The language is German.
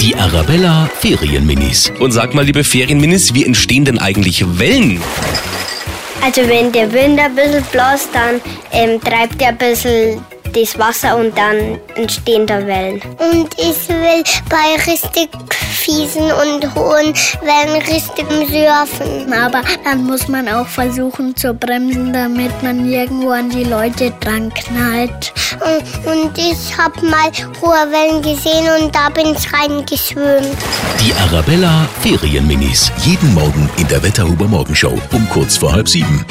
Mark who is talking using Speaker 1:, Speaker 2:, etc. Speaker 1: Die Arabella Ferienminis.
Speaker 2: Und sag mal, liebe Ferienminis, wie entstehen denn eigentlich Wellen?
Speaker 3: Also wenn der Wind ein bisschen bläst, dann ähm, treibt er ein bisschen das Wasser und dann entstehen da Wellen.
Speaker 4: Und ich will bei richtig fiesen und hohen Wellen richtig surfen.
Speaker 5: Aber dann muss man auch versuchen zu bremsen, damit man irgendwo an die Leute dran knallt.
Speaker 4: Und, und ich habe mal hohe Wellen gesehen und da bin ich reingeschwimmt.
Speaker 1: Die Arabella Ferienminis. Jeden Morgen in der Wetterhuber Morgenshow um kurz vor halb sieben.